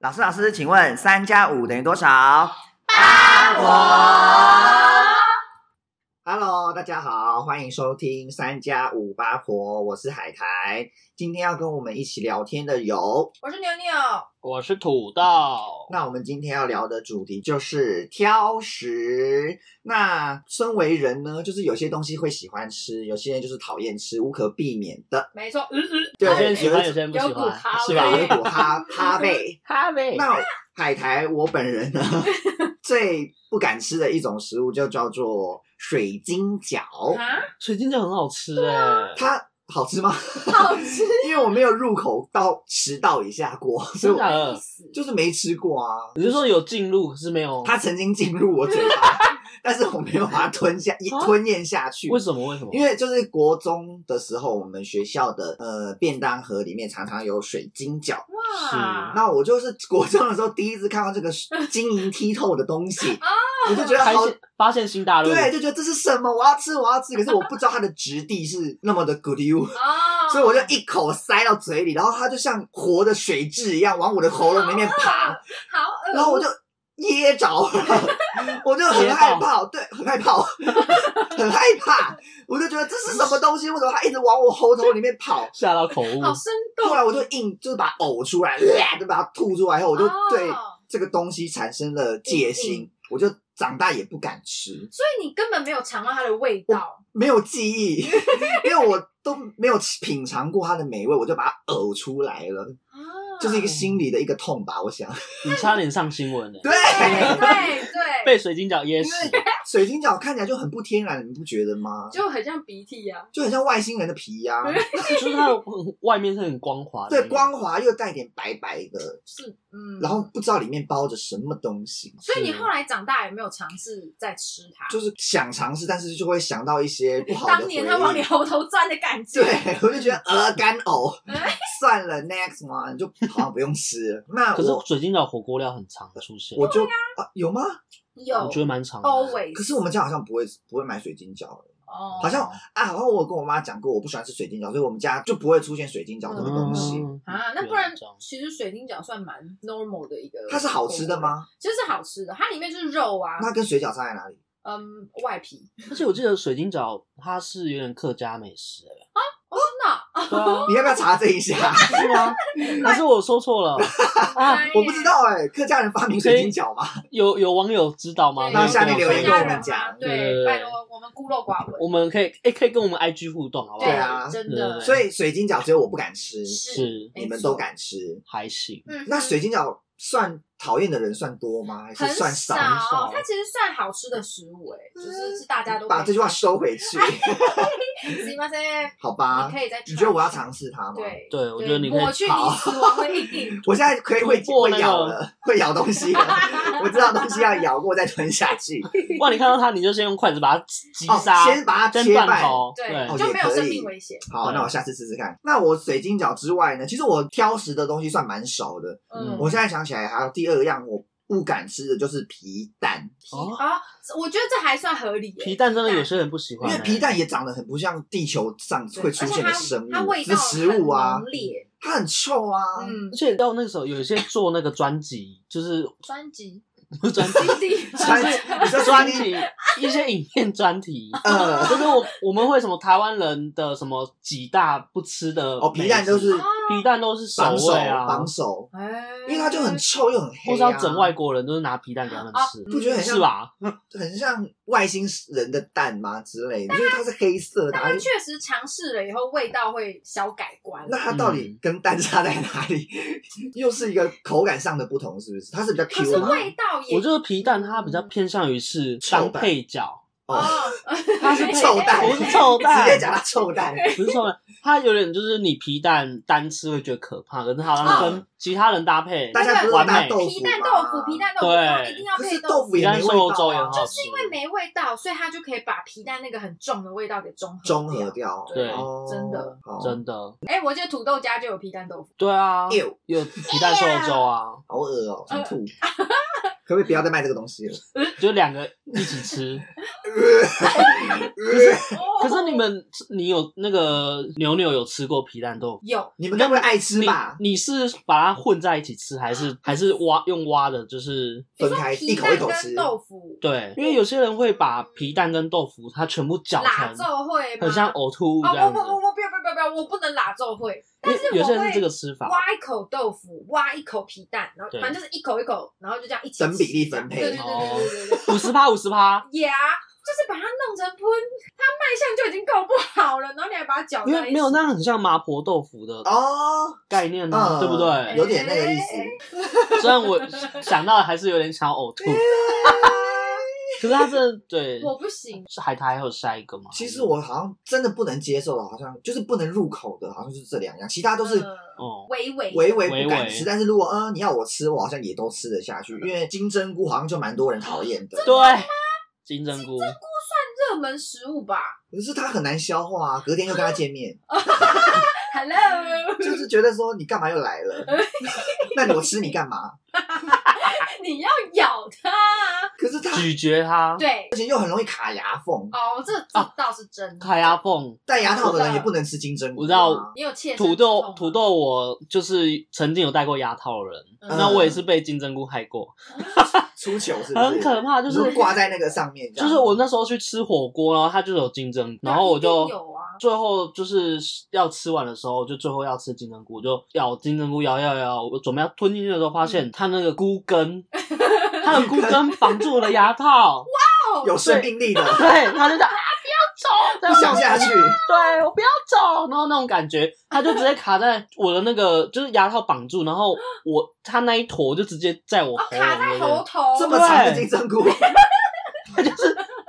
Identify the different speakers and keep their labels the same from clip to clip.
Speaker 1: 老师，老师，请问三加五等于多少？Hello，大家好，欢迎收听三加五八婆，我是海苔。今天要跟我们一起聊天的有，
Speaker 2: 我是牛牛，
Speaker 3: 我是土豆，
Speaker 1: 那我们今天要聊的主题就是挑食。那身为人呢，就是有些东西会喜欢吃，有些人就是讨厌吃，无可避免的。
Speaker 2: 没错，嗯嗯，
Speaker 1: 对
Speaker 3: 有些人喜欢，
Speaker 1: 有
Speaker 3: 有些人不喜
Speaker 2: 有股
Speaker 3: 欢，
Speaker 2: 哈
Speaker 3: 是吧？
Speaker 1: 有一股哈哈味。
Speaker 3: 哈呗
Speaker 1: 那海苔，我本人呢，最不敢吃的一种食物就叫做水晶饺。
Speaker 2: 啊，
Speaker 3: 水晶饺很好吃哎，
Speaker 1: 它好吃吗？
Speaker 2: 好吃，
Speaker 1: 因为我没有入口到食道以下 过，所以
Speaker 3: 真
Speaker 1: 我
Speaker 3: 的假的？
Speaker 1: 就是没吃过啊。
Speaker 3: 你是说有进入，可是没有？
Speaker 1: 它曾经进入我嘴巴， 但是我没有把它吞下，一
Speaker 3: 啊
Speaker 1: 吞咽下去
Speaker 3: 为。什么？为什么？
Speaker 1: 因为就是国中的时候，我们学校的呃便当盒里面常常有水晶饺。
Speaker 2: 哇，
Speaker 1: 那我就是国中的时候第一次看到 这个晶莹剔透的东西
Speaker 2: 啊，
Speaker 1: 我就觉得
Speaker 3: 发
Speaker 1: 好，
Speaker 3: 现发现新大陆，
Speaker 1: 对，就觉得这是什么？我要吃，我要吃。可是我不知道它的质地是那么的 good you。
Speaker 2: 哦，
Speaker 1: 所以我就一口塞到嘴里，然后它就像活的水蛭一样往我的喉咙里面爬，
Speaker 2: 好恶，
Speaker 1: 然后我就噎着了，我就很害怕，对，很害怕，很害怕，我就觉得这是什么东西？为什么它一直往我喉头里面跑？
Speaker 3: 吓到口误，
Speaker 1: 哦
Speaker 2: 好哦生动，
Speaker 1: 后来我就硬就是把它呕出来，就把它吐出来以后，我就
Speaker 2: 哦
Speaker 1: 对这个东西产生了戒
Speaker 2: 嗯
Speaker 1: 心，我就长大也不敢吃，
Speaker 2: 所以你根本没有尝到它的味道，
Speaker 1: 没有记忆， 因为我都没有品尝过它的美味，我就把它呕出来了。
Speaker 2: 啊，
Speaker 1: 就是一个心理的一个痛吧，我想。
Speaker 3: 你差点上新闻呢，
Speaker 1: 对，
Speaker 2: 对
Speaker 3: 哎
Speaker 2: 对对，
Speaker 3: 被水晶饺噎
Speaker 1: 因
Speaker 3: 死，
Speaker 1: 为 水晶饺看起来就很不天然，你不觉得吗？
Speaker 2: 就很像鼻涕呀，
Speaker 1: 就很像外星人的皮呀、
Speaker 3: 就是它的外面是很光滑的，
Speaker 1: 对，光滑又带点白白的，
Speaker 2: 是，嗯，
Speaker 1: 然后不知道里面包着什么东西，
Speaker 2: 所以你后来长大也没有尝试再吃它，
Speaker 1: 就是想尝试，但是就会想到一些不好的
Speaker 2: 当
Speaker 1: 回忆。
Speaker 2: 年它往你喉头钻的感觉，
Speaker 1: 对， 我就觉得呃干呕
Speaker 2: 哎，
Speaker 1: 算了，next one 就好像不用吃了。那
Speaker 3: 可是
Speaker 1: 我
Speaker 3: 水晶饺火锅料很常出现，
Speaker 1: 我就啊有吗？
Speaker 2: 有
Speaker 3: 我觉得蛮常的，
Speaker 2: always，
Speaker 1: 可是我们家好像不会不会买水晶饺了。
Speaker 2: 哦，
Speaker 1: 好像啊，好像我有跟我妈讲过，我不喜欢吃水晶饺，所以我们家就不会出现水晶饺这个东西。
Speaker 3: 嗯
Speaker 2: 啊，那不然
Speaker 3: 有这样
Speaker 2: 其实水晶饺算蛮 normal 的一个，
Speaker 1: 它是好吃的？吗？
Speaker 2: 其实是好吃的，它里面就是肉啊，
Speaker 1: 那跟水饺差在哪里？
Speaker 2: 嗯，外皮。
Speaker 3: 而且我记得水晶饺它是有点客家美食 哎，
Speaker 2: 哦，真的哦
Speaker 3: 对啊，
Speaker 1: 你要不要查证一 下？
Speaker 3: 是吗？还是我说错了？啊，
Speaker 1: 我不知道哎、客家人发明水晶饺吗？
Speaker 3: 有有网友知道吗？
Speaker 2: 对
Speaker 1: 那下面
Speaker 3: 有
Speaker 1: 留言给
Speaker 3: 跟我
Speaker 1: 我
Speaker 3: 说
Speaker 1: 们讲
Speaker 3: 对对
Speaker 2: 对，
Speaker 3: 对
Speaker 2: 拜托，我们孤陋寡闻。
Speaker 3: 我们可以诶、可以跟我们 IG 互动，好不好？
Speaker 1: 对啊
Speaker 2: 真的。
Speaker 3: 对
Speaker 1: 所以水晶饺只有我不敢吃，
Speaker 2: 是，
Speaker 3: 是
Speaker 1: 你们都敢吃。
Speaker 3: 还行，
Speaker 2: 嗯
Speaker 1: 那水晶饺算讨厌的人算多吗？还是
Speaker 2: 很
Speaker 1: 算
Speaker 2: 少，
Speaker 3: 少
Speaker 2: 它其实算好吃的食物，哎，就是是大家都
Speaker 1: 把这句话收回 去，
Speaker 2: 行吗？现在
Speaker 1: 好吧
Speaker 2: 你？可以再，
Speaker 1: 啊你觉得我要？尝试它吗？，
Speaker 2: 对，
Speaker 3: 对我
Speaker 2: 对
Speaker 3: 觉得你可以
Speaker 2: 抹去你死亡的阴 影。
Speaker 1: 我现在可以会
Speaker 3: 突破
Speaker 1: 会
Speaker 3: 那个
Speaker 1: 咬了，会咬东 西了，我知道东西要咬过再吞下去。
Speaker 3: 哇，你看到它，你就先用筷子把它击
Speaker 1: 哦，
Speaker 3: 杀，
Speaker 1: 先把它
Speaker 3: 先
Speaker 1: 切
Speaker 3: 断
Speaker 1: 半。
Speaker 3: 头，
Speaker 2: 对，
Speaker 1: 哦
Speaker 2: 就没有
Speaker 1: 也可以
Speaker 2: 生命危险。
Speaker 1: 好，
Speaker 3: 对
Speaker 1: 那我下次试试看。那我水晶饺之外呢，其实我挑食的东西算蛮少的。
Speaker 2: 嗯，
Speaker 1: 我现在想起来，还有第二样我不敢吃的就是皮蛋，
Speaker 3: 哦
Speaker 2: 啊，我觉得这还算合理耶。
Speaker 3: 皮蛋真的有些人不喜
Speaker 1: 因
Speaker 3: 欢、欸
Speaker 1: 为皮蛋也长得很不像地球上
Speaker 2: 对
Speaker 1: 会出现的生
Speaker 2: 而且它它
Speaker 1: 物，
Speaker 2: 味
Speaker 1: 是
Speaker 2: 道
Speaker 1: 食物啊
Speaker 2: 很，浓烈。
Speaker 1: 它很臭啊。
Speaker 2: 嗯
Speaker 3: 而，且到那个时候，有一些做那个专辑，就是
Speaker 2: 专辑
Speaker 3: 不是专辑，
Speaker 2: CD
Speaker 1: 专 你说
Speaker 3: 专
Speaker 1: 专辑，
Speaker 3: 题，一些影片专题，
Speaker 1: 呃，
Speaker 3: 就是我我们会什么台湾人的什么几大不吃的
Speaker 1: 哦，皮蛋都是
Speaker 2: 啊，
Speaker 3: 皮蛋都是
Speaker 1: 绑手
Speaker 3: 味啊，
Speaker 1: 绑手，
Speaker 2: 哎
Speaker 1: 因为它就很臭又很黑
Speaker 3: 或
Speaker 1: 啊，
Speaker 3: 是要整外国人都是拿皮蛋给他们
Speaker 2: 啊
Speaker 3: 吃，
Speaker 2: 嗯
Speaker 1: 不觉得很像
Speaker 3: 是吧？
Speaker 1: 很像外星人的蛋吗之类的？因为它是黑色的啊，
Speaker 2: 但确实尝试了以后，味道会小改观。
Speaker 1: 那它到
Speaker 3: 嗯
Speaker 1: 底跟蛋 差在哪里？又是一个口感上的不同，是不是？它是比较
Speaker 2: 可是
Speaker 1: Q 吗？
Speaker 2: 味道也嗯
Speaker 3: 我觉得皮蛋它比较偏向于是当配角，
Speaker 2: 哦
Speaker 1: 哦，，
Speaker 3: 它是 配
Speaker 1: 臭蛋
Speaker 3: 不是臭
Speaker 1: 直接
Speaker 3: 蛋，
Speaker 1: 讲它臭蛋。
Speaker 3: 不是臭蛋，它有点就是你皮蛋单吃会觉得可怕，可是它好
Speaker 2: 啊
Speaker 3: 像跟其他人搭配
Speaker 1: 大家不是
Speaker 3: 完
Speaker 1: 大
Speaker 3: 美，
Speaker 1: 豆腐吗
Speaker 2: 皮蛋豆腐，皮蛋豆腐
Speaker 3: 对
Speaker 2: 然后一定要
Speaker 1: 可
Speaker 2: 配
Speaker 1: 是
Speaker 2: 豆
Speaker 1: 豆
Speaker 2: 腐，
Speaker 1: 腐也没
Speaker 3: 皮蛋瘦
Speaker 1: 味
Speaker 3: 肉粥
Speaker 1: 道
Speaker 3: 也很
Speaker 1: 啊，
Speaker 3: 好
Speaker 2: 就是因为没味道，所以它就可以把皮蛋那个很重的味道给中和
Speaker 1: 中和
Speaker 2: 和。
Speaker 1: 掉。
Speaker 3: 对
Speaker 1: 哦
Speaker 2: 真的，
Speaker 1: 好
Speaker 3: 真的，
Speaker 2: 哎，我记得土豆家就有皮蛋豆腐，
Speaker 3: 对啊，
Speaker 1: Ew
Speaker 3: 有皮蛋瘦肉 粥啊，
Speaker 1: 好恶哦，想吐。可不可以不要再卖这个东西了？
Speaker 3: 就两个一起吃，可是你们，你有那个牛牛有吃过皮蛋豆腐？
Speaker 2: 有
Speaker 1: 你们该不会爱吃吧？
Speaker 3: 你你是把它混在一起吃，还是还是挖用挖的？就是
Speaker 1: 分开
Speaker 2: 你说
Speaker 1: 一
Speaker 2: 皮
Speaker 1: 口一
Speaker 2: 蛋
Speaker 1: 口
Speaker 2: 跟
Speaker 1: 吃，
Speaker 2: 豆腐，
Speaker 3: 对，因为有些人会把皮蛋跟豆腐它全部搅
Speaker 2: 拉
Speaker 3: 成，
Speaker 2: 奏会吗？
Speaker 3: 很像呕吐物
Speaker 2: 哦
Speaker 3: 这样
Speaker 2: 不
Speaker 3: 子
Speaker 2: 不。不不，不要不要不要不要，我不能拉奏会，
Speaker 3: 因
Speaker 2: 但
Speaker 3: 为
Speaker 2: 是
Speaker 3: 有
Speaker 2: 我
Speaker 3: 些人是这个
Speaker 2: 会
Speaker 3: 吃法，
Speaker 2: 挖一口豆腐，挖一口皮蛋，然后
Speaker 3: 对
Speaker 2: 反正就是一口一口，然后就这样一起
Speaker 1: 等
Speaker 2: 吃
Speaker 1: 比例分配
Speaker 2: 对对对对对对对。
Speaker 3: 五十趴五十趴。
Speaker 2: 也啊，就是把它弄成喷，它卖相就已经够不好了，然后你还把它搅在
Speaker 3: 因
Speaker 2: 一
Speaker 3: 为
Speaker 2: 起，
Speaker 3: 没有，那很像麻婆豆腐的
Speaker 1: 哦，
Speaker 3: 概念呢、啊，
Speaker 1: 嗯
Speaker 3: 对不对？
Speaker 1: 有点那个意思。
Speaker 3: 虽然我想到还是有点想呕吐，可是它真的对。
Speaker 2: 我不行。
Speaker 3: 是海苔还有下一个吗？
Speaker 1: 其实我好像真的不能接受的，好像就是不能入口的，好像就是这两样，其他都是
Speaker 2: 嗯
Speaker 3: 哦，
Speaker 2: 微微
Speaker 1: 微微不敢
Speaker 3: 微
Speaker 1: 吃。
Speaker 3: 微
Speaker 1: 但是如果嗯、呃你要我吃，我好像也都吃得下去，因为金针菇好像就蛮多人讨厌的，
Speaker 3: 对，金针菇，
Speaker 2: 热门食物吧。
Speaker 1: 可是它很难消化啊，隔天又跟他见面，
Speaker 2: Hello，
Speaker 1: 就是觉得说你干嘛又来了？那我吃你干嘛？
Speaker 2: 你要咬它啊。
Speaker 1: 可是它
Speaker 3: 咀嚼它，
Speaker 2: 对，
Speaker 1: 而且又很容易卡牙缝，
Speaker 2: 哦，这这
Speaker 3: 啊
Speaker 2: 倒是真的。
Speaker 3: 卡牙缝。
Speaker 1: 戴牙套的人也不能吃金针菇、啊。
Speaker 3: 我知道
Speaker 2: 你有切身
Speaker 3: 土
Speaker 2: 之痛啊
Speaker 3: 豆
Speaker 2: 吗，
Speaker 3: 土豆，我就是曾经有戴过牙套的人，
Speaker 2: 嗯
Speaker 3: 那我也是被金针菇害过，
Speaker 1: 出糗是不是？
Speaker 3: 很可怕。就
Speaker 1: 就是是挂在那个上面这
Speaker 3: 就
Speaker 1: 样，
Speaker 3: 是我那时候去吃火锅，然后它就有金针，
Speaker 2: 那
Speaker 3: 然后我
Speaker 2: 一定
Speaker 3: 就
Speaker 2: 有啊
Speaker 3: 最后就是要吃完的时候，就最后要吃金针菇，我就咬金针菇，咬咬咬，我准备要吞进去的时候，发现它那个菇 根，它的菇根绑住我的牙套，
Speaker 1: 有生命力的，
Speaker 3: 对，它就讲啊不要
Speaker 1: 不
Speaker 3: 走，
Speaker 1: 想下去。
Speaker 3: 对我不要走，然后那种感觉，它就直接卡在我的那个，就是牙套绑住，然后我它那一坨就直接在我
Speaker 2: 哦，
Speaker 3: 喉咙
Speaker 2: 卡在
Speaker 3: 那
Speaker 2: 喉
Speaker 3: 边，
Speaker 2: 头，
Speaker 1: 这么长的金针菇，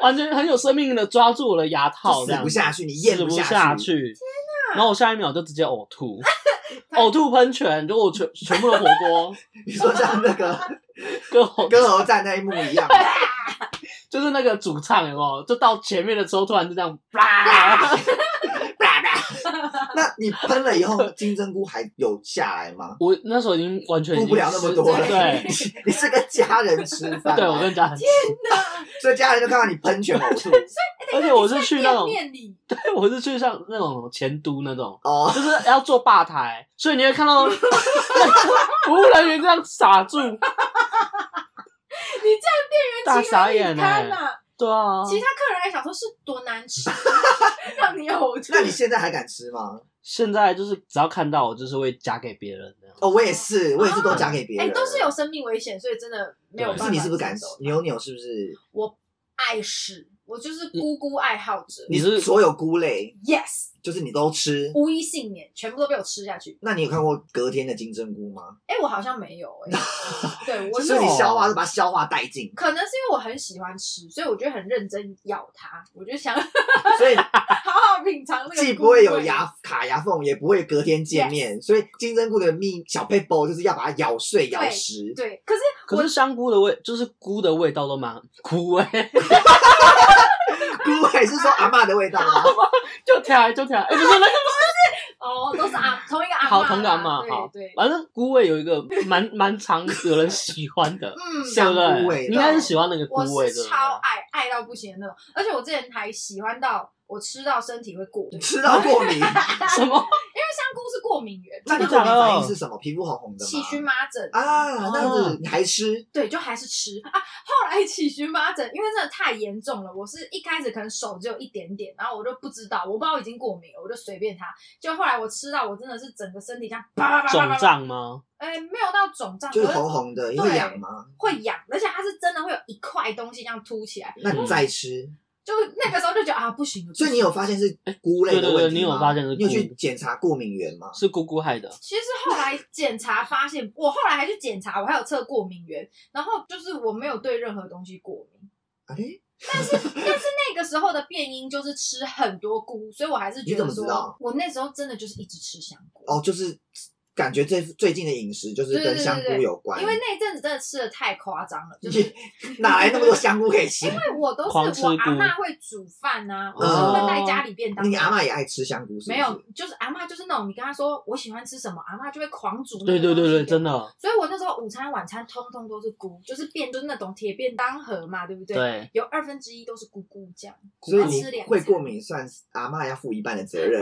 Speaker 3: 完全很有生命的抓住我的牙套，这
Speaker 1: 死
Speaker 3: 样
Speaker 1: 不
Speaker 3: 子
Speaker 1: 下去，你咽
Speaker 3: 死不
Speaker 1: 下
Speaker 3: 下。去。然后我下一秒就直接呕 吐，呕吐喷泉，就我全全部的火锅
Speaker 1: 你说像那个
Speaker 3: 跟我
Speaker 1: 歌喉战那一幕一样，
Speaker 3: 就是那个主唱有没有？就到前面的时候突然就这样，啪！
Speaker 1: 那你喷了以后，金针菇还有下来吗？
Speaker 3: 我那时候已经完全已
Speaker 1: 顾不
Speaker 3: 经
Speaker 1: 了那么
Speaker 3: 吃
Speaker 1: 多了，
Speaker 3: 对
Speaker 1: 你是跟家人吃饭，
Speaker 3: 对，我跟家 人吃，
Speaker 1: 所以家人就看到你喷泉呕吐，
Speaker 3: 而且我是去那
Speaker 2: 店
Speaker 3: 种
Speaker 2: 面里，
Speaker 3: 对，我是去像那种什么前都那种，
Speaker 1: 哦，
Speaker 3: 就是要做吧台，所以你会看到那个服务人员这样傻住，
Speaker 2: 你这样
Speaker 3: 大
Speaker 2: 情何
Speaker 3: 傻
Speaker 2: 以
Speaker 3: 眼哎、
Speaker 2: 堪呐！
Speaker 3: 对啊，
Speaker 1: 哦
Speaker 2: 其他客人还想说是多 难吃，让你呕吐。
Speaker 1: 那你现在还敢吃吗？
Speaker 3: 现在就是只要看到我，就是会夹给别人那样。
Speaker 1: 哦，我也是，我也是都夹给别
Speaker 2: 哎、
Speaker 1: 人，
Speaker 2: 都是有。生命危险，所以真的没有
Speaker 3: 对
Speaker 1: 可
Speaker 2: 办法。
Speaker 1: 是你是不是敢吃？牛牛是不是？
Speaker 2: 我爱屎，我就是
Speaker 1: 嗯
Speaker 2: 姑姑爱好者。
Speaker 3: 你是
Speaker 1: 所有菇类，
Speaker 2: yes，
Speaker 1: 就是你都吃？
Speaker 2: 无一幸免，全部都被我吃下去。
Speaker 1: 那你有看过隔天的金针菇吗？
Speaker 2: 哎、我好像没有 哎、对我
Speaker 1: 就是是你
Speaker 3: 哦
Speaker 1: 消化是把它消化殆 尽，
Speaker 2: 可能是因为我很喜欢吃，所以我就很认真咬它，我就想
Speaker 1: 所以
Speaker 2: 好好品尝那个。
Speaker 1: 既不会有牙，卡牙缝，也不会隔天见面，所以金针菇的蜜小 p a 就是要把它咬碎咬实。
Speaker 2: 对，可是
Speaker 3: 可是香菇的味，就是菇的味道都蛮菇味，
Speaker 1: 菇还是说阿嬷的味道 吗？
Speaker 3: 就甜就甜，哎、不是那个，
Speaker 2: 哦，都是阿同一个阿嬷
Speaker 3: 好
Speaker 2: 啦
Speaker 3: 同感嘛，
Speaker 2: 对
Speaker 3: 好
Speaker 2: 对，，，
Speaker 3: 反正菇味有一个蛮蛮常有人喜欢的
Speaker 2: 嗯，
Speaker 3: 对不
Speaker 1: 香菇
Speaker 3: 对？
Speaker 1: 味道
Speaker 3: 应该是喜欢那个菇
Speaker 2: 我
Speaker 3: 味
Speaker 2: 是
Speaker 3: 的，
Speaker 2: 超爱爱到不行的那种，而且我之前还喜欢到我吃到身体会过 敏，
Speaker 1: 吃到过 敏，
Speaker 3: 什么？
Speaker 2: 因为香菇是过敏源，
Speaker 1: 那你过敏反应是什么？皮肤红红的吗？
Speaker 2: 起荨麻疹
Speaker 1: 啊，那样
Speaker 3: 哦
Speaker 1: 子你还吃？
Speaker 2: 对，就还是吃啊。后来起荨麻疹，因为真的太严重了，我是一开始可能手只有一点点，然后我就不知道，我不知道我已经过敏了，我就随便它。就后来我吃到，我真的是整个身体这样叭叭叭叭
Speaker 3: 肿
Speaker 2: 叭，
Speaker 3: 胀吗？
Speaker 2: 哎，没有到肿胀，
Speaker 1: 就是
Speaker 2: 可
Speaker 1: 红红的，你会痒吗？
Speaker 2: 会痒，而且它是真的会有一块东西这样凸起来，
Speaker 1: 那你再吃，
Speaker 2: 就那个时候就觉得啊不行了。
Speaker 1: 所以你有发现是菇类的问题吗？
Speaker 3: 哎对对对你有发现是菇
Speaker 1: 你有去检查过敏源吗？
Speaker 3: 是姑姑害的，
Speaker 2: 其实后来检查发现，我后来还去检查，我还有测过敏源，然后就是我没有对任何东西过敏。
Speaker 1: 哎，
Speaker 2: 但是那个时候的变音就是吃很多菇，所以我还是觉
Speaker 1: 你怎
Speaker 2: 得
Speaker 1: 么知
Speaker 2: 说
Speaker 1: 道，
Speaker 2: 我那时候真的就是一直吃香菇。
Speaker 1: 哦，就是感觉最最近的饮食就是
Speaker 2: 对对
Speaker 1: 跟
Speaker 2: 对
Speaker 1: 香
Speaker 2: 对
Speaker 1: 菇
Speaker 2: 对
Speaker 1: 有关，
Speaker 2: 因为那一阵子真的吃的太夸张了，就是。
Speaker 1: 哪来那么多香菇可以 吃？
Speaker 2: 因为我都是
Speaker 3: 狂吃
Speaker 2: 我阿
Speaker 3: 菇
Speaker 2: 嬷会煮饭呐、我是会带家里便当。
Speaker 1: 嗯哦你阿嬷也爱吃香菇是不是？
Speaker 2: 没有，就是阿嬷就是那种你跟她说我喜欢吃什么，阿嬷就会狂煮。
Speaker 3: 对对对对，真
Speaker 2: 的。
Speaker 3: 的，
Speaker 2: 所以我那时候午餐、晚餐通通都是菇，就是便就是那种铁便当盒嘛，对不对？
Speaker 3: 对，
Speaker 2: 有二分之一都是菇菇酱，
Speaker 1: 所以
Speaker 2: 我
Speaker 1: 你
Speaker 2: 吃两
Speaker 1: 会
Speaker 2: 餐
Speaker 1: 过敏，算是阿嬷要负一半的责任。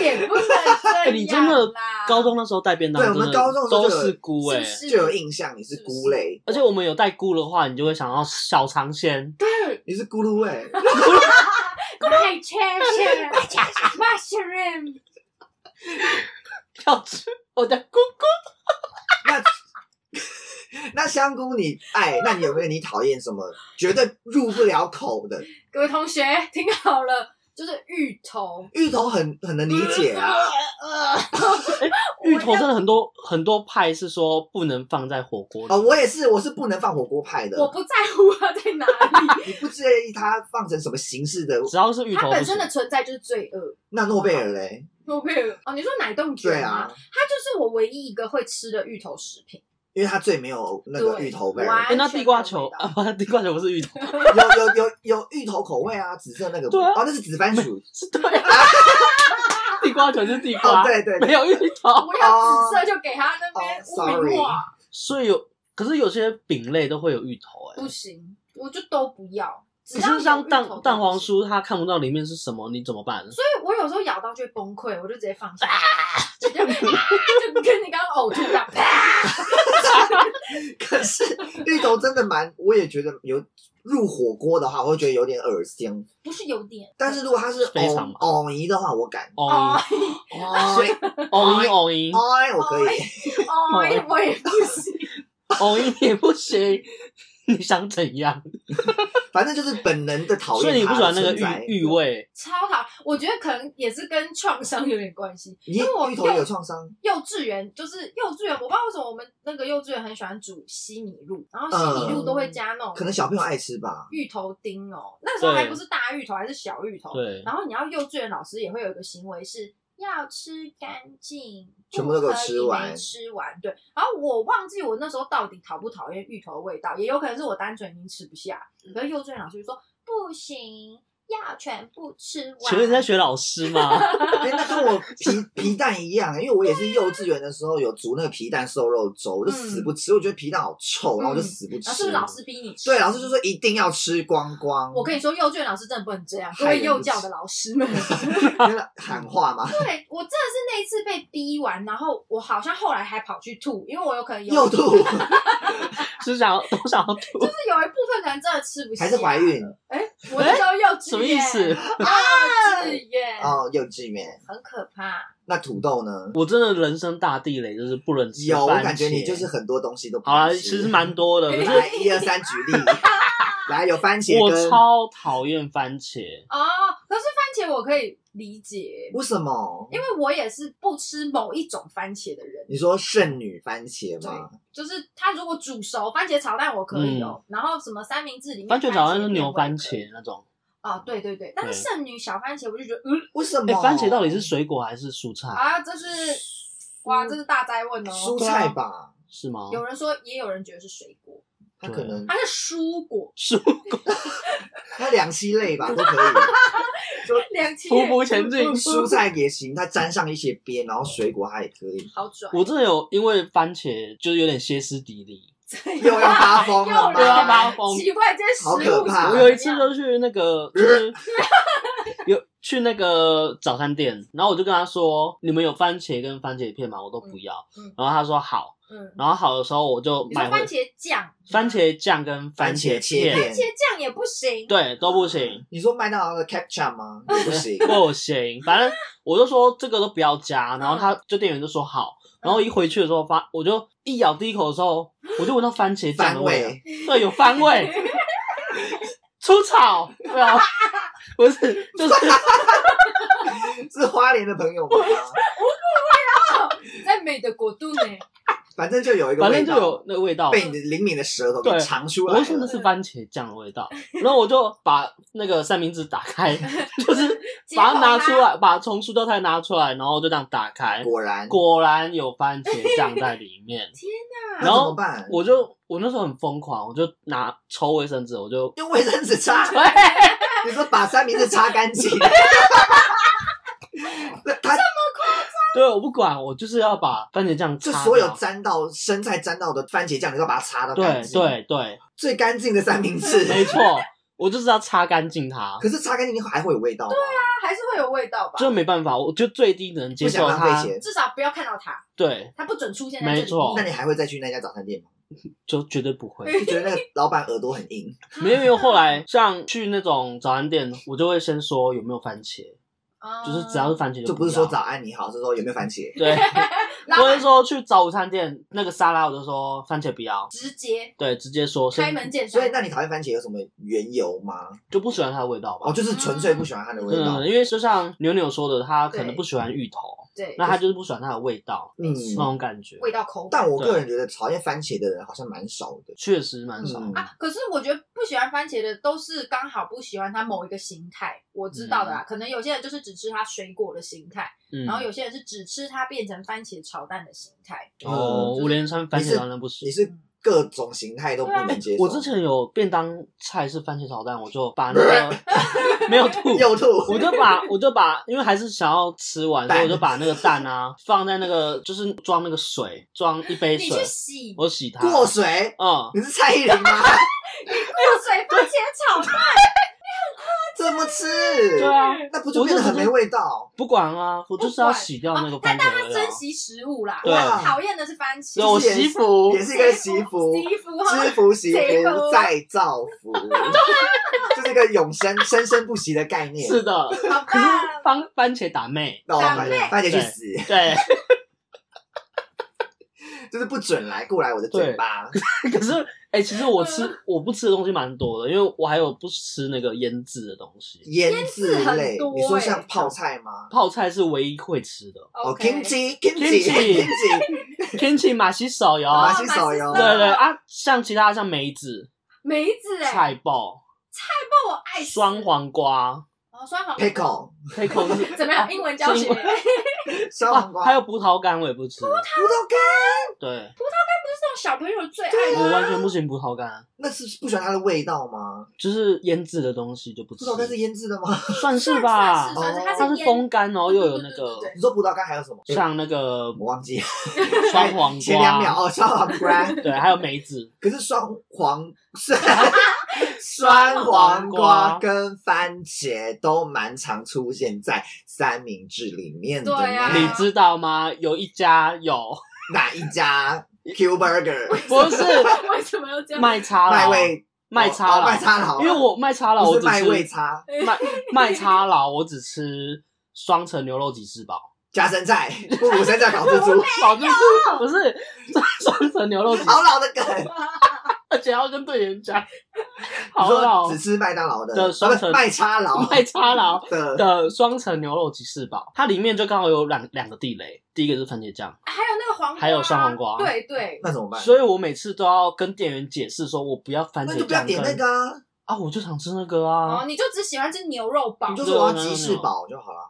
Speaker 2: 也不能这 样啦。
Speaker 3: 你真的
Speaker 2: 啊
Speaker 3: 高中那时候带便当，
Speaker 1: 对我们
Speaker 3: 真的
Speaker 1: 高中的时候
Speaker 3: 都
Speaker 1: 就有
Speaker 3: 是菇
Speaker 2: 是
Speaker 3: 哎
Speaker 2: 不， 是
Speaker 1: 就有印象你是菇类，
Speaker 3: 而且我们有带菇的话，你就会想到小尝鲜，
Speaker 1: 你是咕噜味，
Speaker 2: My cherish mushroom，
Speaker 3: 要吃我的菇菇。
Speaker 1: 那 那香菇你爱，那你有没有你讨厌什么绝对入不了口的？
Speaker 2: 各位同学听好了，就是芋头。
Speaker 1: 芋头很很能理解啊，
Speaker 2: 呃，
Speaker 3: 芋头真的很多很多派是说不能放在火锅里，
Speaker 1: 哦，我也是，我是不能放火锅派的，
Speaker 2: 我不在乎它在哪里，
Speaker 1: 你不介意它放成什么形式的？
Speaker 3: 只要是芋
Speaker 2: 它
Speaker 3: 头
Speaker 2: 本
Speaker 3: 不
Speaker 2: 身
Speaker 3: 行
Speaker 2: 的。存在就是罪恶。
Speaker 1: 那诺贝尔嘞？
Speaker 2: 诺贝尔哦，你说奶冻卷
Speaker 1: 对
Speaker 2: 吗？
Speaker 1: 啊，
Speaker 2: 它就是我唯一一个会吃的芋头食品。
Speaker 1: 因为它最没有那个
Speaker 2: 对
Speaker 1: 芋头味，欸
Speaker 2: 完
Speaker 3: 哎，那地瓜球
Speaker 2: 完全没有
Speaker 3: 啊，不，地瓜球不是芋头，
Speaker 1: 有有有有芋头口味啊，紫色那个不
Speaker 3: 对啊
Speaker 1: 哦，那是紫番薯
Speaker 3: 是对啊，地瓜球是地
Speaker 1: 哦，
Speaker 3: 瓜，
Speaker 1: 对对对
Speaker 3: 啊没有芋头，
Speaker 2: 我 要紫色就给他那边
Speaker 1: 哦
Speaker 2: 污名化，
Speaker 3: 所以有，可是有些饼类都会有芋头哎
Speaker 2: 不。行，我就都不要。只
Speaker 3: 可
Speaker 2: 要有
Speaker 3: 是像
Speaker 2: 芋头都
Speaker 3: 蛋
Speaker 2: 不
Speaker 3: 蛋黄
Speaker 2: 行，
Speaker 3: 酥，它看不到里面是什么，你怎么办？
Speaker 2: 所以我有时候咬到就会崩溃，我就直接放下，就 就就跟你刚刚呕吐一样，啪！
Speaker 1: 可是芋头真的蛮，我也觉得有入火锅的话，我会觉得有点恶心。
Speaker 2: 不是有点，
Speaker 1: 但是如果它是
Speaker 3: 非常
Speaker 1: 藕藕泥的话，我敢。
Speaker 3: 哦
Speaker 2: 哦
Speaker 1: 所以
Speaker 3: 哦哦音
Speaker 1: 藕泥我可以，
Speaker 2: 哦，我也不行。
Speaker 3: 哦音也不行，你想怎样？
Speaker 1: 反正就是本能的讨厌。
Speaker 3: 所以你不喜欢那个芋芋？味，
Speaker 2: 超好，我觉得可能也是跟创伤有点关系。
Speaker 1: 你
Speaker 2: 因为我
Speaker 1: 芋头也有创伤，
Speaker 2: 幼稚园就是幼稚园，我不知道为什么我们那个幼稚园很喜欢煮西米露，然后西米露都会加那种
Speaker 1: 嗯可能小朋友爱吃吧。
Speaker 2: 芋头丁哦，那时候还不是大芋头，还是小芋头。
Speaker 3: 对，
Speaker 2: 然后你要幼稚园老师也会有一个行为是要吃干净，
Speaker 1: 全部都给我
Speaker 2: 不可以
Speaker 1: 吃完
Speaker 2: 没吃完对。然后我忘记我那时候到底讨不讨厌芋头的味道，也有可能是我单纯已经吃不下。
Speaker 1: 嗯
Speaker 2: 可是幼稚园老师就说不行，要全部吃完。
Speaker 3: 请问你在学老师 吗？
Speaker 1: 哎，那跟我皮皮蛋一样，因为我也是幼稚园的时候有煮那个皮蛋瘦肉粥，我就死不吃，我觉得皮蛋好臭，然后我就死不
Speaker 2: 然后是不
Speaker 1: 吃
Speaker 2: 是。嗯老师逼你吃？
Speaker 1: 对，老师就说一定要吃光光。
Speaker 2: 我跟你说，幼稚园老师真的不能这样，各
Speaker 1: 害人
Speaker 2: 位幼教的老师 们。
Speaker 1: 真的喊话吗？
Speaker 2: 对我真的是那一次被逼完，然后我好像后来还跑去吐，因为我有可能有
Speaker 1: 又
Speaker 2: 就
Speaker 1: 吐，
Speaker 3: 是想要都想要 吐，
Speaker 2: 是有一部分可能真的吃不下，
Speaker 1: 还是怀？孕？
Speaker 2: 哎、我那时候幼稚
Speaker 3: 哎什么意
Speaker 2: 园，
Speaker 3: 思？
Speaker 2: 幼稚园、
Speaker 1: 哦，幼稚园。
Speaker 2: 啊很可怕。
Speaker 1: 那土豆呢？
Speaker 3: 我真的人生大地雷，就是不能吃
Speaker 1: 有，我
Speaker 3: 番茄
Speaker 1: 感觉你就是很多东西都不
Speaker 3: 好啦，
Speaker 1: 能
Speaker 3: 其
Speaker 1: 吃
Speaker 3: 实蛮多 的，可是
Speaker 1: 来一二三举 例，来有番茄
Speaker 3: 我
Speaker 1: 跟
Speaker 3: 超讨厌番茄，
Speaker 2: 哦，可是番茄我可以理解，
Speaker 1: 为什么？
Speaker 2: 因为我也是不吃某一种番茄的人，
Speaker 1: 你说剩女番茄吗？
Speaker 2: 就是它如果煮熟番茄炒蛋我可以哦，然后什么三明治里面
Speaker 3: 嗯番茄炒蛋是
Speaker 2: 片
Speaker 3: 牛
Speaker 2: 我也可以
Speaker 3: 番茄那种。
Speaker 2: 啊、对对对，但是
Speaker 3: 对
Speaker 2: 剩女小番茄我就觉得，嗯、
Speaker 1: 为什
Speaker 3: 哎、
Speaker 1: 么？
Speaker 3: 番茄到底是水果还是蔬菜？
Speaker 2: 啊，这是哇，这是大灾问哦。
Speaker 1: 蔬菜吧？
Speaker 3: 是吗？
Speaker 2: 有人说，也有人觉得是水果，
Speaker 1: 它可能
Speaker 2: 它是蔬果，
Speaker 3: 蔬
Speaker 1: 它两栖类 吧都可以，
Speaker 2: 两千
Speaker 3: 匍匐前进。
Speaker 1: 蔬菜也行，它沾上一些边，然后水果它也可以。
Speaker 2: 好拽，
Speaker 3: 我真的有因为番茄就是有点歇斯底里，
Speaker 1: 又要发疯 了
Speaker 2: 又
Speaker 1: 吗？
Speaker 3: 对啊，
Speaker 2: 来
Speaker 3: 发疯。
Speaker 2: 奇怪，这些食物
Speaker 1: 好可怕
Speaker 3: 我有一次就去那个，就是 有去那个早餐店，然后我就跟他说：“你们有番茄跟番茄片吗？我都不要。
Speaker 2: 嗯嗯
Speaker 3: 然后他说：“好。”
Speaker 2: 嗯，
Speaker 3: 然后好的时候我就
Speaker 2: 你说
Speaker 3: 买
Speaker 2: 番
Speaker 3: 回
Speaker 2: 茄酱，
Speaker 3: 番茄酱跟
Speaker 1: 番
Speaker 3: 茄
Speaker 1: 茄切
Speaker 2: 番茄酱也不行，
Speaker 3: 对，都不行，。
Speaker 1: 你说麦当劳的 ketchup 吗？也不行
Speaker 3: 不行。反正我就说这个都不要加，然后他就店员就说好，
Speaker 2: 嗯
Speaker 3: 然后一回去的时候发，我就一咬第一口的时候，我就闻到番茄酱的
Speaker 1: 番
Speaker 3: 味道，
Speaker 1: 味，
Speaker 3: 对，有番味， 出草，对啊， 不是， 就是
Speaker 1: 是花莲的朋友吗？
Speaker 2: 在美的国度呢，
Speaker 1: 反正就有一个
Speaker 3: 反
Speaker 1: 味道，
Speaker 3: 正就有那个味道。
Speaker 1: 被你的灵敏的舌头给
Speaker 3: 对
Speaker 1: 尝出
Speaker 3: 我
Speaker 1: 来
Speaker 3: 就说那
Speaker 1: 了。
Speaker 3: 是番茄酱的味道，然后我就把那个三明治打 开，就是
Speaker 2: 结啊果
Speaker 3: 把它拿出来，把从塑胶袋拿出来，然后就这样打开，
Speaker 1: 果然，
Speaker 3: 果然有番茄酱在里 面。
Speaker 2: 天
Speaker 1: 那
Speaker 2: 哪！
Speaker 3: 然
Speaker 1: 怎
Speaker 3: 后
Speaker 1: 么办？
Speaker 3: 我就我那时候很疯狂，我就拿抽卫生纸，我就
Speaker 1: 用卫生纸 擦， 你说把三明治擦干净。那他
Speaker 3: 对我不管，我就是要把番茄酱
Speaker 1: 就
Speaker 3: 擦
Speaker 1: 所有
Speaker 3: 掉
Speaker 1: 沾到生菜沾到的番茄酱，你都把它擦到干
Speaker 3: 对
Speaker 1: 净，，
Speaker 3: 对对，
Speaker 1: 最干净的三明治。
Speaker 3: 没错，我就是要擦干净它，
Speaker 1: 可是擦干净还会有味道吗？啊
Speaker 3: 啊
Speaker 1: 对
Speaker 2: 它还是会有味道吧？
Speaker 3: 就没办法，我就最低能接
Speaker 1: 不想
Speaker 3: 受
Speaker 1: 浪
Speaker 3: 它
Speaker 1: 费。钱。
Speaker 2: 至少不要看到它，
Speaker 3: 对，
Speaker 2: 它不准出现在这里面。
Speaker 3: 没错
Speaker 1: 那你还会再去那家早餐店吗？
Speaker 3: 就绝对不会。
Speaker 1: 就觉得那个老板耳朵很硬，
Speaker 3: 没有 没有，后来像去那种早餐店，我就会先说有没有番茄，
Speaker 2: 嗯
Speaker 3: 就是只要嗯是番茄
Speaker 1: 就
Speaker 3: 不
Speaker 1: 不是说
Speaker 3: 要
Speaker 1: 早安你好，是说有没有番茄？
Speaker 3: 对，
Speaker 2: 老
Speaker 3: 或者
Speaker 2: 板
Speaker 3: 说去早午餐店那个沙拉，我就说番茄不要，
Speaker 2: 直接
Speaker 3: 对，直接说
Speaker 2: 开
Speaker 3: 先
Speaker 2: 门见
Speaker 1: 所以
Speaker 2: 山。
Speaker 1: 那你讨厌番茄有什么缘由吗？
Speaker 3: 就不喜欢它的味道吧
Speaker 1: 哦，。就是纯粹不喜欢它的味啊道。
Speaker 3: 嗯，因为就像牛牛说的，他可能
Speaker 2: 对
Speaker 3: 不喜欢芋头，
Speaker 2: 对，
Speaker 3: 那他就是不喜欢它的味道，
Speaker 1: 嗯
Speaker 3: 那种感觉，
Speaker 2: 味道口感
Speaker 1: 但我个人觉得讨厌番茄的人好像蛮少的。
Speaker 3: 确实蛮少。
Speaker 1: 嗯
Speaker 2: 啊。可是我觉得不喜欢番茄的都是刚好不喜欢它某一个形态，我知道的啦。可能有些人就是只吃它水果的形态，
Speaker 3: 嗯，
Speaker 2: 然后有些人是只吃它变成番茄炒蛋的形态。
Speaker 3: 哦，
Speaker 2: 就是
Speaker 3: 我连三番
Speaker 1: 你
Speaker 3: 茄
Speaker 1: 嗯是
Speaker 3: 当然不行
Speaker 1: 你。是各种形态都不能接受。
Speaker 3: 啊我之前有便当菜是番茄炒蛋，我就把那 个没有吐，
Speaker 1: 又 吐，
Speaker 3: 我就把我就把，因为还是想要吃完，所以我就把那个蛋啊放在那个就是装那个水，装一杯
Speaker 2: 你去
Speaker 3: 水，
Speaker 2: 洗过
Speaker 3: 我洗它。
Speaker 1: 过水。
Speaker 3: 嗯，
Speaker 1: 你是蔡依林 吗？
Speaker 2: 水番茄炒蛋，
Speaker 1: 这么吃？
Speaker 3: 对啊，
Speaker 2: 嗯
Speaker 1: 那不就变得很没味道？
Speaker 3: 不管啊，我就是要洗掉那个
Speaker 2: 哦他但
Speaker 3: 番茄
Speaker 2: 他
Speaker 3: 味道
Speaker 2: 珍。惜食物啦，
Speaker 3: 对啊
Speaker 2: 他讨厌的是番茄。
Speaker 3: 对我
Speaker 1: 就是
Speaker 3: 惜福
Speaker 1: 也是一个惜福，
Speaker 2: 惜福
Speaker 1: 知福惜
Speaker 2: 惜
Speaker 1: 福
Speaker 2: 福
Speaker 1: 再造福，就是一个永生生生不息的概念。
Speaker 3: 是的，
Speaker 2: 好
Speaker 3: 可是
Speaker 2: 吧，
Speaker 3: 番番茄打妹，
Speaker 1: 那我
Speaker 2: 长
Speaker 1: 反
Speaker 2: 辈
Speaker 1: 正番茄去死，
Speaker 3: 对，
Speaker 1: 就是不准来过来我的嘴巴。
Speaker 3: 可是哎、其实我
Speaker 2: 嗯
Speaker 3: 吃我不吃的东西蛮多的，因为我还有不吃那个腌制的东西，
Speaker 1: 腌制
Speaker 2: 腌制
Speaker 1: 类
Speaker 2: 很，多
Speaker 1: 你说
Speaker 2: 欸
Speaker 1: 像泡菜吗？
Speaker 3: 泡菜是唯一会吃的
Speaker 1: 哦
Speaker 2: OK
Speaker 1: ，kimchi，kimchi，kimchi，
Speaker 3: kimchi 天气马西手摇
Speaker 1: 马
Speaker 3: 啊
Speaker 1: 西，洗手哟
Speaker 2: 哦
Speaker 3: 对
Speaker 2: 马西手
Speaker 3: 对啊，像其他像梅子、
Speaker 2: 梅子哎，
Speaker 3: 菜爆、
Speaker 2: 不过我爱死
Speaker 3: 双黄瓜、
Speaker 2: 哦双黄
Speaker 1: pickle，
Speaker 3: 黑口是
Speaker 2: 怎么样？英文教
Speaker 3: 是
Speaker 2: 学欸
Speaker 3: 因为
Speaker 2: 那
Speaker 1: 小黄瓜，
Speaker 3: 啊还有葡萄干我也不吃，
Speaker 1: 葡萄干，
Speaker 3: 对
Speaker 2: 种小朋友最爱
Speaker 1: 对啊
Speaker 3: 我
Speaker 2: 的
Speaker 3: 完全不行葡萄干，
Speaker 1: 那是不喜欢它的味道吗？
Speaker 3: 就是腌制的东西就不吃
Speaker 1: 葡，萄干是腌制的吗？
Speaker 3: 算是吧
Speaker 2: 算是，算是
Speaker 1: 哦
Speaker 2: 它
Speaker 3: 它是
Speaker 2: 腌
Speaker 3: 风干，然后又有
Speaker 2: 对
Speaker 3: 那
Speaker 2: 对对
Speaker 3: 个
Speaker 2: 对对
Speaker 1: 你说葡萄干还有什么？哎
Speaker 3: 像那个
Speaker 1: 我忘记了
Speaker 3: 双黄
Speaker 1: 前两秒
Speaker 3: 瓜，
Speaker 1: 哦，双黄瓜。
Speaker 3: 对，还有梅子，
Speaker 1: 可是双黄 酸黄瓜跟番茄都蛮常出现在三明治里面的呢。
Speaker 2: 对啊
Speaker 3: 你知道吗？有一家有，
Speaker 1: 哪一家 Q Burger
Speaker 3: 不是
Speaker 2: 为什么要这样？
Speaker 3: 卖叉
Speaker 1: 麦
Speaker 3: 佬，
Speaker 1: 味
Speaker 3: 卖叉
Speaker 1: 哦
Speaker 3: 佬
Speaker 1: 麦，差佬，
Speaker 3: 因为我卖叉佬，
Speaker 1: 不
Speaker 3: 我
Speaker 1: 是
Speaker 3: 只
Speaker 1: 麦味
Speaker 3: 吃
Speaker 1: 差
Speaker 3: 卖卖叉佬，我只吃双层牛肉吉士堡，
Speaker 1: 加生菜，不如生菜烤蜘蛛，
Speaker 3: 保证不是双层牛肉吉士堡，
Speaker 1: 好老的梗。
Speaker 3: 而且要跟队员讲，
Speaker 1: 你
Speaker 3: 好
Speaker 1: 说
Speaker 3: 老
Speaker 1: 只吃麦当劳的，啊
Speaker 3: 的
Speaker 1: 不
Speaker 3: 双
Speaker 1: 是
Speaker 3: 层
Speaker 1: 麦差佬
Speaker 3: 卖叉佬。
Speaker 1: 的，
Speaker 3: 的双层牛肉吉士堡，它里面就刚好有两两个地雷，第一个就是番茄酱，
Speaker 2: 还有那个黄瓜，
Speaker 3: 还有双黄瓜
Speaker 2: 对对，
Speaker 1: 那怎么办？
Speaker 3: 所以我每次都要跟店员解释说，我不要番
Speaker 1: 那
Speaker 3: 茄
Speaker 1: 你就
Speaker 3: 酱
Speaker 1: 不要点那
Speaker 3: 跟
Speaker 1: 个啊，
Speaker 3: 啊，我就想吃那个啊
Speaker 2: 哦，，你就只喜欢吃牛肉堡
Speaker 1: 啊你，就说我要鸡翅堡就好了。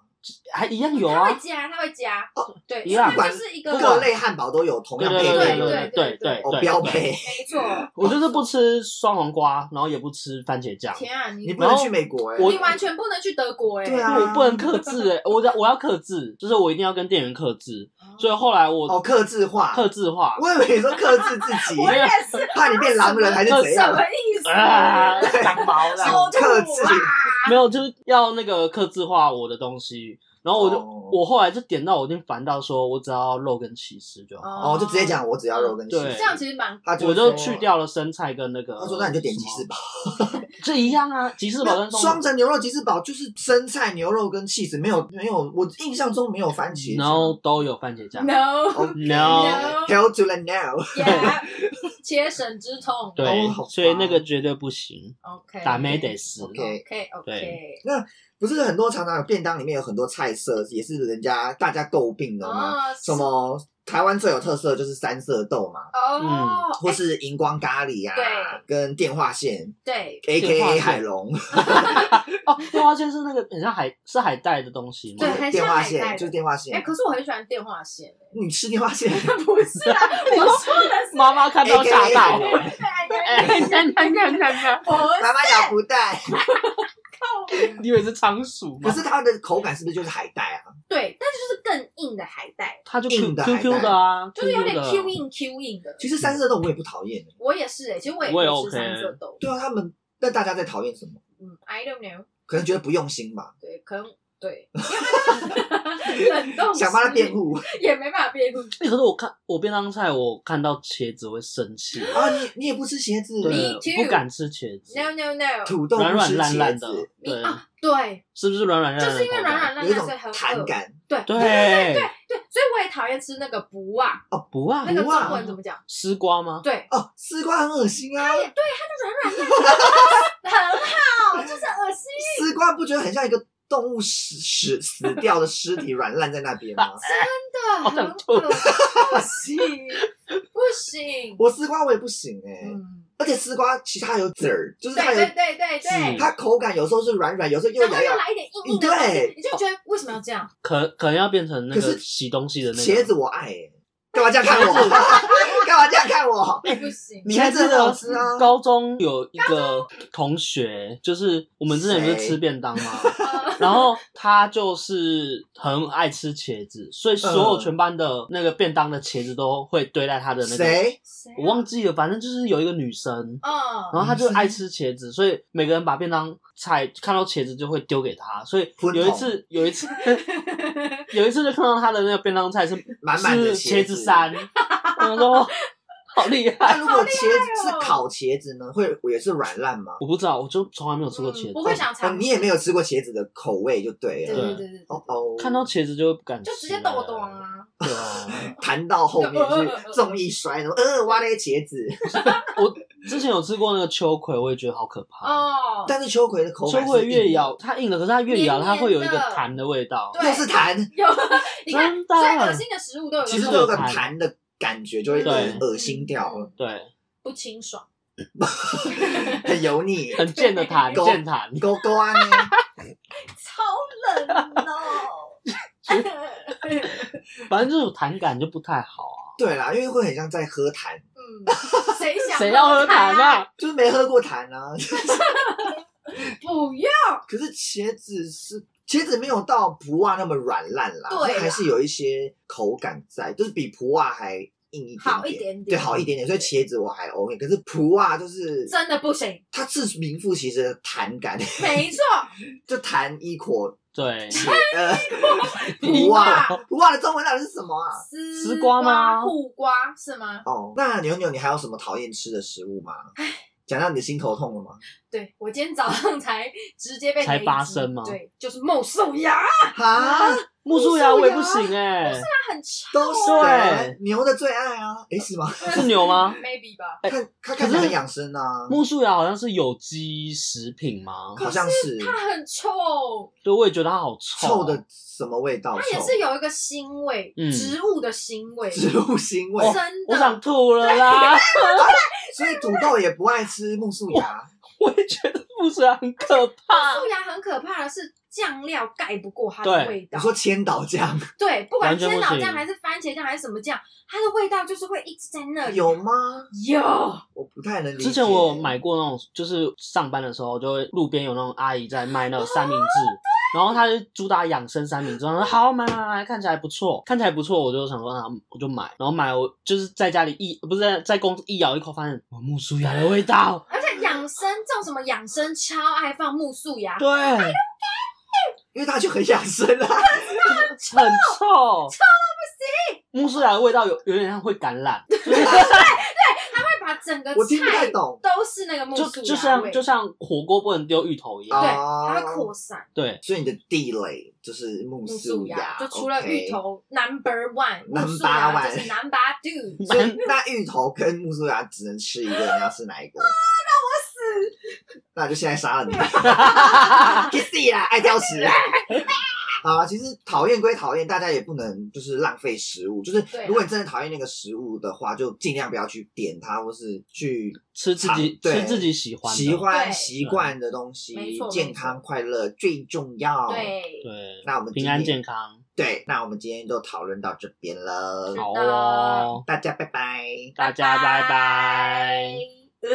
Speaker 3: 还一样有
Speaker 2: 它
Speaker 3: 啊
Speaker 2: 会，加，它会加，对，
Speaker 3: 一样
Speaker 2: 它就是一个
Speaker 1: 哦各类汉堡都有同
Speaker 3: 对
Speaker 1: 样
Speaker 3: 对
Speaker 1: 配
Speaker 3: 对
Speaker 1: 备
Speaker 2: 对
Speaker 1: 的
Speaker 3: 对对对
Speaker 1: 哦
Speaker 3: 对，
Speaker 1: 标配。
Speaker 2: 没错。
Speaker 3: 我就是不吃双黄瓜，然后也不吃番茄酱，
Speaker 2: 天啊，你
Speaker 1: 你
Speaker 2: 你
Speaker 1: 不能去美国哎、欸，
Speaker 2: 完全不能去德国哎，
Speaker 1: 对啊
Speaker 3: 因为我不能克制哎、我要我要克制，就是我一定要跟店员克制，所以后来
Speaker 1: 哦，
Speaker 3: 我
Speaker 1: 克制化。
Speaker 3: 克制化，
Speaker 1: 我以为你说克制自己，
Speaker 3: 我也
Speaker 2: 是
Speaker 1: 怕你变狼人还是怎
Speaker 2: 什
Speaker 1: 样
Speaker 2: 么？意思？
Speaker 3: 啊，长毛了，
Speaker 2: 我
Speaker 1: 克制，
Speaker 2: 啊
Speaker 3: 没有就是要那个克制化我的东西，然后我就、
Speaker 1: 哦
Speaker 3: 我后来就点到我已经烦到说，我只要肉跟起司就好，
Speaker 1: 哦，就直接讲我只要肉跟鸡
Speaker 3: 对
Speaker 2: 这样其实蛮
Speaker 1: 他就
Speaker 3: 我
Speaker 1: 说
Speaker 3: 就去。掉了生菜跟那个，
Speaker 1: 他说：“那你就点吉士堡，
Speaker 3: 这一样啊，吉士堡跟
Speaker 1: 双层牛肉吉士堡就是生菜、牛肉跟 cheese，没有没有，我印象中没有番茄。
Speaker 3: 然后都有番茄酱。
Speaker 2: no
Speaker 3: No
Speaker 1: Hell to the no！
Speaker 2: yeah，切省之痛。
Speaker 3: 对，
Speaker 1: 哦好
Speaker 3: 所以
Speaker 1: 吧
Speaker 3: 那个绝对不行，
Speaker 2: OK，
Speaker 3: 打没得死。
Speaker 1: OK，
Speaker 2: OK OK，
Speaker 1: 不是很多常常有便当里面有很多菜色，也是人家大家诟病的吗？
Speaker 2: 哦，
Speaker 1: 什么台湾最有特色的就是三色豆嘛，
Speaker 2: 哦，
Speaker 3: 嗯
Speaker 1: 或是荧光咖喱啊，跟电话线
Speaker 2: 对，
Speaker 1: ，A K
Speaker 3: 电话
Speaker 1: A
Speaker 3: 线
Speaker 1: 海龙，
Speaker 3: 哦，电话线是那个很像海是海带的东西吗
Speaker 2: 对？很像
Speaker 1: 电话
Speaker 2: 海带
Speaker 1: 线
Speaker 2: 的
Speaker 1: 就是电话
Speaker 2: 哎、
Speaker 1: 线。
Speaker 2: 可是我很喜欢电话线，
Speaker 1: 你吃电话线
Speaker 2: 不是啊， 我说的是
Speaker 3: 妈妈看到吓到
Speaker 1: 对
Speaker 2: 对
Speaker 3: 我。
Speaker 2: 对
Speaker 3: 哦哎，看看看看看，
Speaker 2: 不是
Speaker 1: 妈妈咬不带，
Speaker 3: 你以为是仓鼠
Speaker 1: 可
Speaker 3: 吗？
Speaker 1: 是它的口感是不是就是海带啊？
Speaker 2: 对，但是就是更硬的海带，
Speaker 3: 它就 Q
Speaker 1: 硬的海
Speaker 3: Q
Speaker 1: 带
Speaker 3: Q 的啊，
Speaker 2: 就是有点
Speaker 3: QQ 的
Speaker 2: Q E 硬 Q 硬的。
Speaker 1: 其实三色豆我也不讨厌欸
Speaker 2: 我也是哎、其实我也
Speaker 3: 我也
Speaker 2: 不
Speaker 3: OK
Speaker 2: 吃三色豆。
Speaker 1: 对啊，他们那大家在讨厌什么？
Speaker 2: 嗯，I don't know，
Speaker 1: 可能觉得不用心吧，
Speaker 2: 对，可能对，冷 冻
Speaker 1: 想帮他
Speaker 2: 食
Speaker 1: 辩
Speaker 2: 品
Speaker 1: 护
Speaker 2: 也没办法辩护。
Speaker 3: 欸可是我看我便当菜，我看到茄子会生气，
Speaker 2: 哦
Speaker 1: 啊。你你也不吃茄子，
Speaker 3: 对
Speaker 2: Me，too
Speaker 3: 不敢吃茄子，
Speaker 2: No no no，
Speaker 1: 土豆不
Speaker 3: 软软
Speaker 1: 吃
Speaker 3: 烂烂
Speaker 1: 茄
Speaker 3: 的
Speaker 1: 子，，
Speaker 3: 对，
Speaker 2: 啊，对，
Speaker 3: 是不是软软烂
Speaker 2: 就
Speaker 3: 烂
Speaker 2: 是
Speaker 3: 的口感？
Speaker 2: 因为软软烂
Speaker 1: 有一
Speaker 2: 烂，
Speaker 1: 种
Speaker 2: 所以很
Speaker 1: 弹
Speaker 2: 饿。
Speaker 1: 感
Speaker 2: 对
Speaker 3: 嗯对
Speaker 2: 对，所以我也讨厌吃那个不啊，
Speaker 3: 不啊
Speaker 2: 那，个
Speaker 1: 不啊
Speaker 2: 中文怎么讲？
Speaker 3: 丝瓜吗？
Speaker 2: 对，
Speaker 1: 哦，丝瓜很恶心啊，
Speaker 2: 很好，就是恶心。
Speaker 1: 丝瓜不觉得很像一个动物死死死掉的尸体软烂在那边 吗？
Speaker 2: 真的
Speaker 3: 好
Speaker 2: 很
Speaker 3: 想
Speaker 2: 恶
Speaker 3: 吐
Speaker 2: 不行，不行。
Speaker 1: 我丝瓜我也不行哎、
Speaker 2: 嗯，
Speaker 1: 而且丝瓜其实它有籽儿，就是
Speaker 2: 对
Speaker 1: 它有
Speaker 2: 对对对对
Speaker 3: 嗯，
Speaker 1: 它口感有时候是软软，有时候又
Speaker 2: 然后
Speaker 1: 咬
Speaker 2: 又
Speaker 1: 咬。
Speaker 2: 来一点硬硬的东西
Speaker 1: 嗯对，
Speaker 2: 你就觉得为什么要这样？
Speaker 3: 可可能要变成那
Speaker 1: 可
Speaker 3: 个
Speaker 1: 是
Speaker 3: 洗东西的那个
Speaker 1: 茄子。我爱、欸，干嘛这样看我？ 干嘛这样看我？
Speaker 3: 哎
Speaker 2: 不行，
Speaker 3: 你还记
Speaker 1: 茄子很好
Speaker 3: 得
Speaker 1: 吃啊
Speaker 3: 高中有一个同学，就是我们之前不是吃便当 吗？
Speaker 2: 呃
Speaker 3: 然后他就是很爱吃茄子，所以所
Speaker 1: 嗯
Speaker 3: 有全班的那个便当的茄子都会堆在他的那个。
Speaker 1: 谁？
Speaker 2: 谁啊
Speaker 3: 我忘记了，反正就是有一个女生，然
Speaker 2: 嗯，
Speaker 3: 后她就爱吃茄子，所以每个人把便当菜看到茄子就会丢给她。所以
Speaker 1: 吞
Speaker 3: 有一
Speaker 1: 桶
Speaker 3: 次，有一次，有一次就看到她的那个便当菜是
Speaker 1: 满满的
Speaker 3: 是茄
Speaker 1: 子
Speaker 3: 子。山，我说好厉害，
Speaker 2: 啊
Speaker 1: 那如果茄子
Speaker 2: 哦
Speaker 1: 是烤茄子呢？会也是软烂吗？
Speaker 3: 我不知道，我就从来没有吃过茄子，
Speaker 2: 嗯不会想
Speaker 1: 哦，
Speaker 2: 尝，
Speaker 1: 你也没有吃过茄子的口味就对
Speaker 2: 对
Speaker 1: 了。
Speaker 2: 对对对对，
Speaker 1: 哦哦，
Speaker 3: 看到茄子就不敢吃，
Speaker 2: 就直接豆豆，啊，
Speaker 3: 对啊。
Speaker 1: 谈到后
Speaker 2: 嗯
Speaker 1: 面是重一摔，什么呃挖那个茄子，
Speaker 3: 我之前有吃过那个秋葵，我也觉得好可怕。
Speaker 2: 哦，
Speaker 1: 但是秋葵的口
Speaker 3: 秋
Speaker 1: 感
Speaker 3: 葵
Speaker 1: 是硬的
Speaker 3: 越咬它硬了，可是它越咬
Speaker 2: 黏黏的
Speaker 3: 它会有一个弹的味道。
Speaker 2: 对
Speaker 1: 又是弹，
Speaker 2: 有，你看，
Speaker 3: 真的
Speaker 2: 最恶心的食物都有
Speaker 1: 其实都
Speaker 2: 那种
Speaker 1: 有个弹的感觉，就会
Speaker 3: 对
Speaker 1: 恶
Speaker 2: 嗯
Speaker 1: 心掉了，
Speaker 3: 对，
Speaker 2: 不清爽，
Speaker 1: 很油腻，
Speaker 3: 很贱的弹，
Speaker 1: 狗
Speaker 3: 贱弹。
Speaker 1: 勾勾啊呢。
Speaker 2: 超冷 哦。
Speaker 3: 反正这种弹感就不太好啊。
Speaker 1: 对啦，因为会很像在喝痰，
Speaker 2: 嗯，谁想
Speaker 3: 谁要喝
Speaker 2: 痰
Speaker 3: 弹？啊？
Speaker 1: 就是没喝过痰啊。
Speaker 2: 不要，
Speaker 1: 可是茄子是茄子没有到普袜那么软烂啦，
Speaker 2: 对
Speaker 1: 所
Speaker 2: 啦
Speaker 1: 以还是有一些口感在，就是比普袜还硬一点
Speaker 2: 好一点点
Speaker 1: 对，好一点点。所以茄子我还 OK，可是普袜就是
Speaker 2: 真的不 行，
Speaker 1: 它是名副其实的弹感，
Speaker 2: 没错，
Speaker 1: 就弹一口
Speaker 3: 对，
Speaker 1: 呃
Speaker 2: 一
Speaker 1: 普
Speaker 2: 锅
Speaker 1: 袜，普袜的中文到底是什么啊？
Speaker 2: 丝
Speaker 3: 瓜吗
Speaker 2: 苦瓜是吗？
Speaker 1: 哦，那牛牛，你还有什么讨厌吃的食物吗？讲到你的心头痛了吗？
Speaker 2: 对我今天早上才直接被
Speaker 3: 才
Speaker 2: 雷
Speaker 3: 发
Speaker 2: 击
Speaker 3: 生吗
Speaker 2: 对，就是木素牙，
Speaker 1: 哈，
Speaker 3: 木薯芽我也不行哎，
Speaker 2: 它很臭，
Speaker 1: 都是欸
Speaker 3: 对
Speaker 1: 牛的最爱啊！诶，是吗？
Speaker 3: 是牛吗？
Speaker 2: maybe 吧。
Speaker 3: 哎
Speaker 1: 看它看起
Speaker 3: 可是
Speaker 1: 来很养生啊，
Speaker 3: 木薯芽好像是有机食品吗？
Speaker 1: 好像是
Speaker 2: 它很臭，
Speaker 3: 对，我也觉得它好臭，啊
Speaker 1: 臭的什么味道？
Speaker 2: 它也
Speaker 1: 臭
Speaker 2: 是有一个腥味，
Speaker 3: 嗯哦
Speaker 2: 植物的腥味，
Speaker 1: 植物腥味，
Speaker 2: 真
Speaker 3: 我
Speaker 2: 的
Speaker 3: 想吐了啦！
Speaker 1: 所以土豆也不爱吃木素芽。
Speaker 3: 我也觉得木薯芽很可
Speaker 1: 啊
Speaker 3: 怕，
Speaker 2: 素牙很可怕的是酱料盖不过它
Speaker 3: 对
Speaker 2: 的味道
Speaker 1: 你。说千岛酱
Speaker 2: 对，不管
Speaker 3: 完全
Speaker 2: 千
Speaker 3: 不
Speaker 2: 岛酱
Speaker 3: 行
Speaker 2: 还是番茄酱还是什么酱，它的味道就是会一直在那里。
Speaker 1: 有吗？
Speaker 2: 有，
Speaker 1: 我不太能理解。
Speaker 3: 之前我有买过那种，就是上班的时候，就会路边有那种阿姨在卖那种三明治，
Speaker 1: 哦
Speaker 3: 然后她就主打养生三明治，然后说好买买买，看起来不错，看起来不错，我就想说啊，我就买，然后买我就是在家里一不是在在公司一咬一口，发现哇木薯芽的味道，
Speaker 2: 而且养生这种什么养生超爱放木素芽，
Speaker 3: 对，
Speaker 1: 哎因为它就很养生啊。
Speaker 3: 很臭，臭到不行，木薯芽的味道有有点像会感染，
Speaker 2: 会把整个
Speaker 1: 我听不太
Speaker 2: 菜
Speaker 1: 懂
Speaker 2: 都是那个木
Speaker 3: 就
Speaker 2: 素
Speaker 3: 就
Speaker 2: 芽
Speaker 3: 像
Speaker 2: 味，
Speaker 3: 就像火锅不能丢芋头一
Speaker 2: 对，
Speaker 3: 样，
Speaker 2: 它会
Speaker 1: 啊哦
Speaker 2: 扩散
Speaker 3: 对，
Speaker 1: 所以你的地雷就是木
Speaker 2: 木
Speaker 1: 素
Speaker 2: 素
Speaker 1: 芽
Speaker 2: 芽，，就除了芋。头 number one，木素
Speaker 1: Number
Speaker 2: 芽就是
Speaker 1: one
Speaker 2: number two，
Speaker 1: 所以那芋头跟木素芽只能吃一个，你要吃哪一
Speaker 2: 啊
Speaker 1: 个？那我死！那就现在杀了你！去死啦！爱挑食啊！啊 好啊，其实讨厌归讨厌，大家也不能就是浪费食物。就是
Speaker 2: 对啊
Speaker 1: 如果你真的讨厌那个食物的话，就尽量不要去点它，或是去
Speaker 3: 吃自己
Speaker 1: 尝对
Speaker 3: 吃自己喜欢的，啊
Speaker 1: 喜欢
Speaker 2: 对
Speaker 1: 习惯的东西
Speaker 2: 没错，
Speaker 1: 健康快乐最重要。，
Speaker 2: 对，
Speaker 3: 对，
Speaker 1: 那我们今
Speaker 3: 平
Speaker 1: 天
Speaker 3: 安健康，
Speaker 1: 对，那我们今天就讨论到这边了
Speaker 2: 是，
Speaker 3: 好
Speaker 2: 的
Speaker 3: 哦，
Speaker 1: 大家拜拜。
Speaker 3: 大家拜拜。
Speaker 2: 呃